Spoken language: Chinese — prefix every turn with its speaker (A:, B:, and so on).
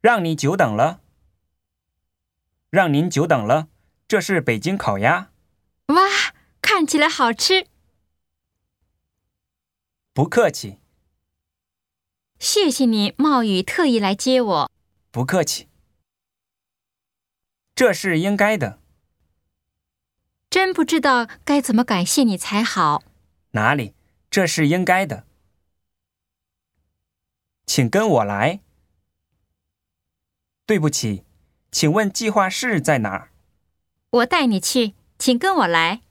A: 让你久等了，让您久等了。这是北京烤鸭，
B: 哇，看起来好吃，
A: 不客气，
B: 谢谢你冒雨特意来接我。
A: 不客气。这是应该的，
B: 真不知道该怎么感谢你才好。
A: 哪里？这是应该的。请跟我来。对不起，请问计划室在哪儿？
B: 我带你去，请跟我来。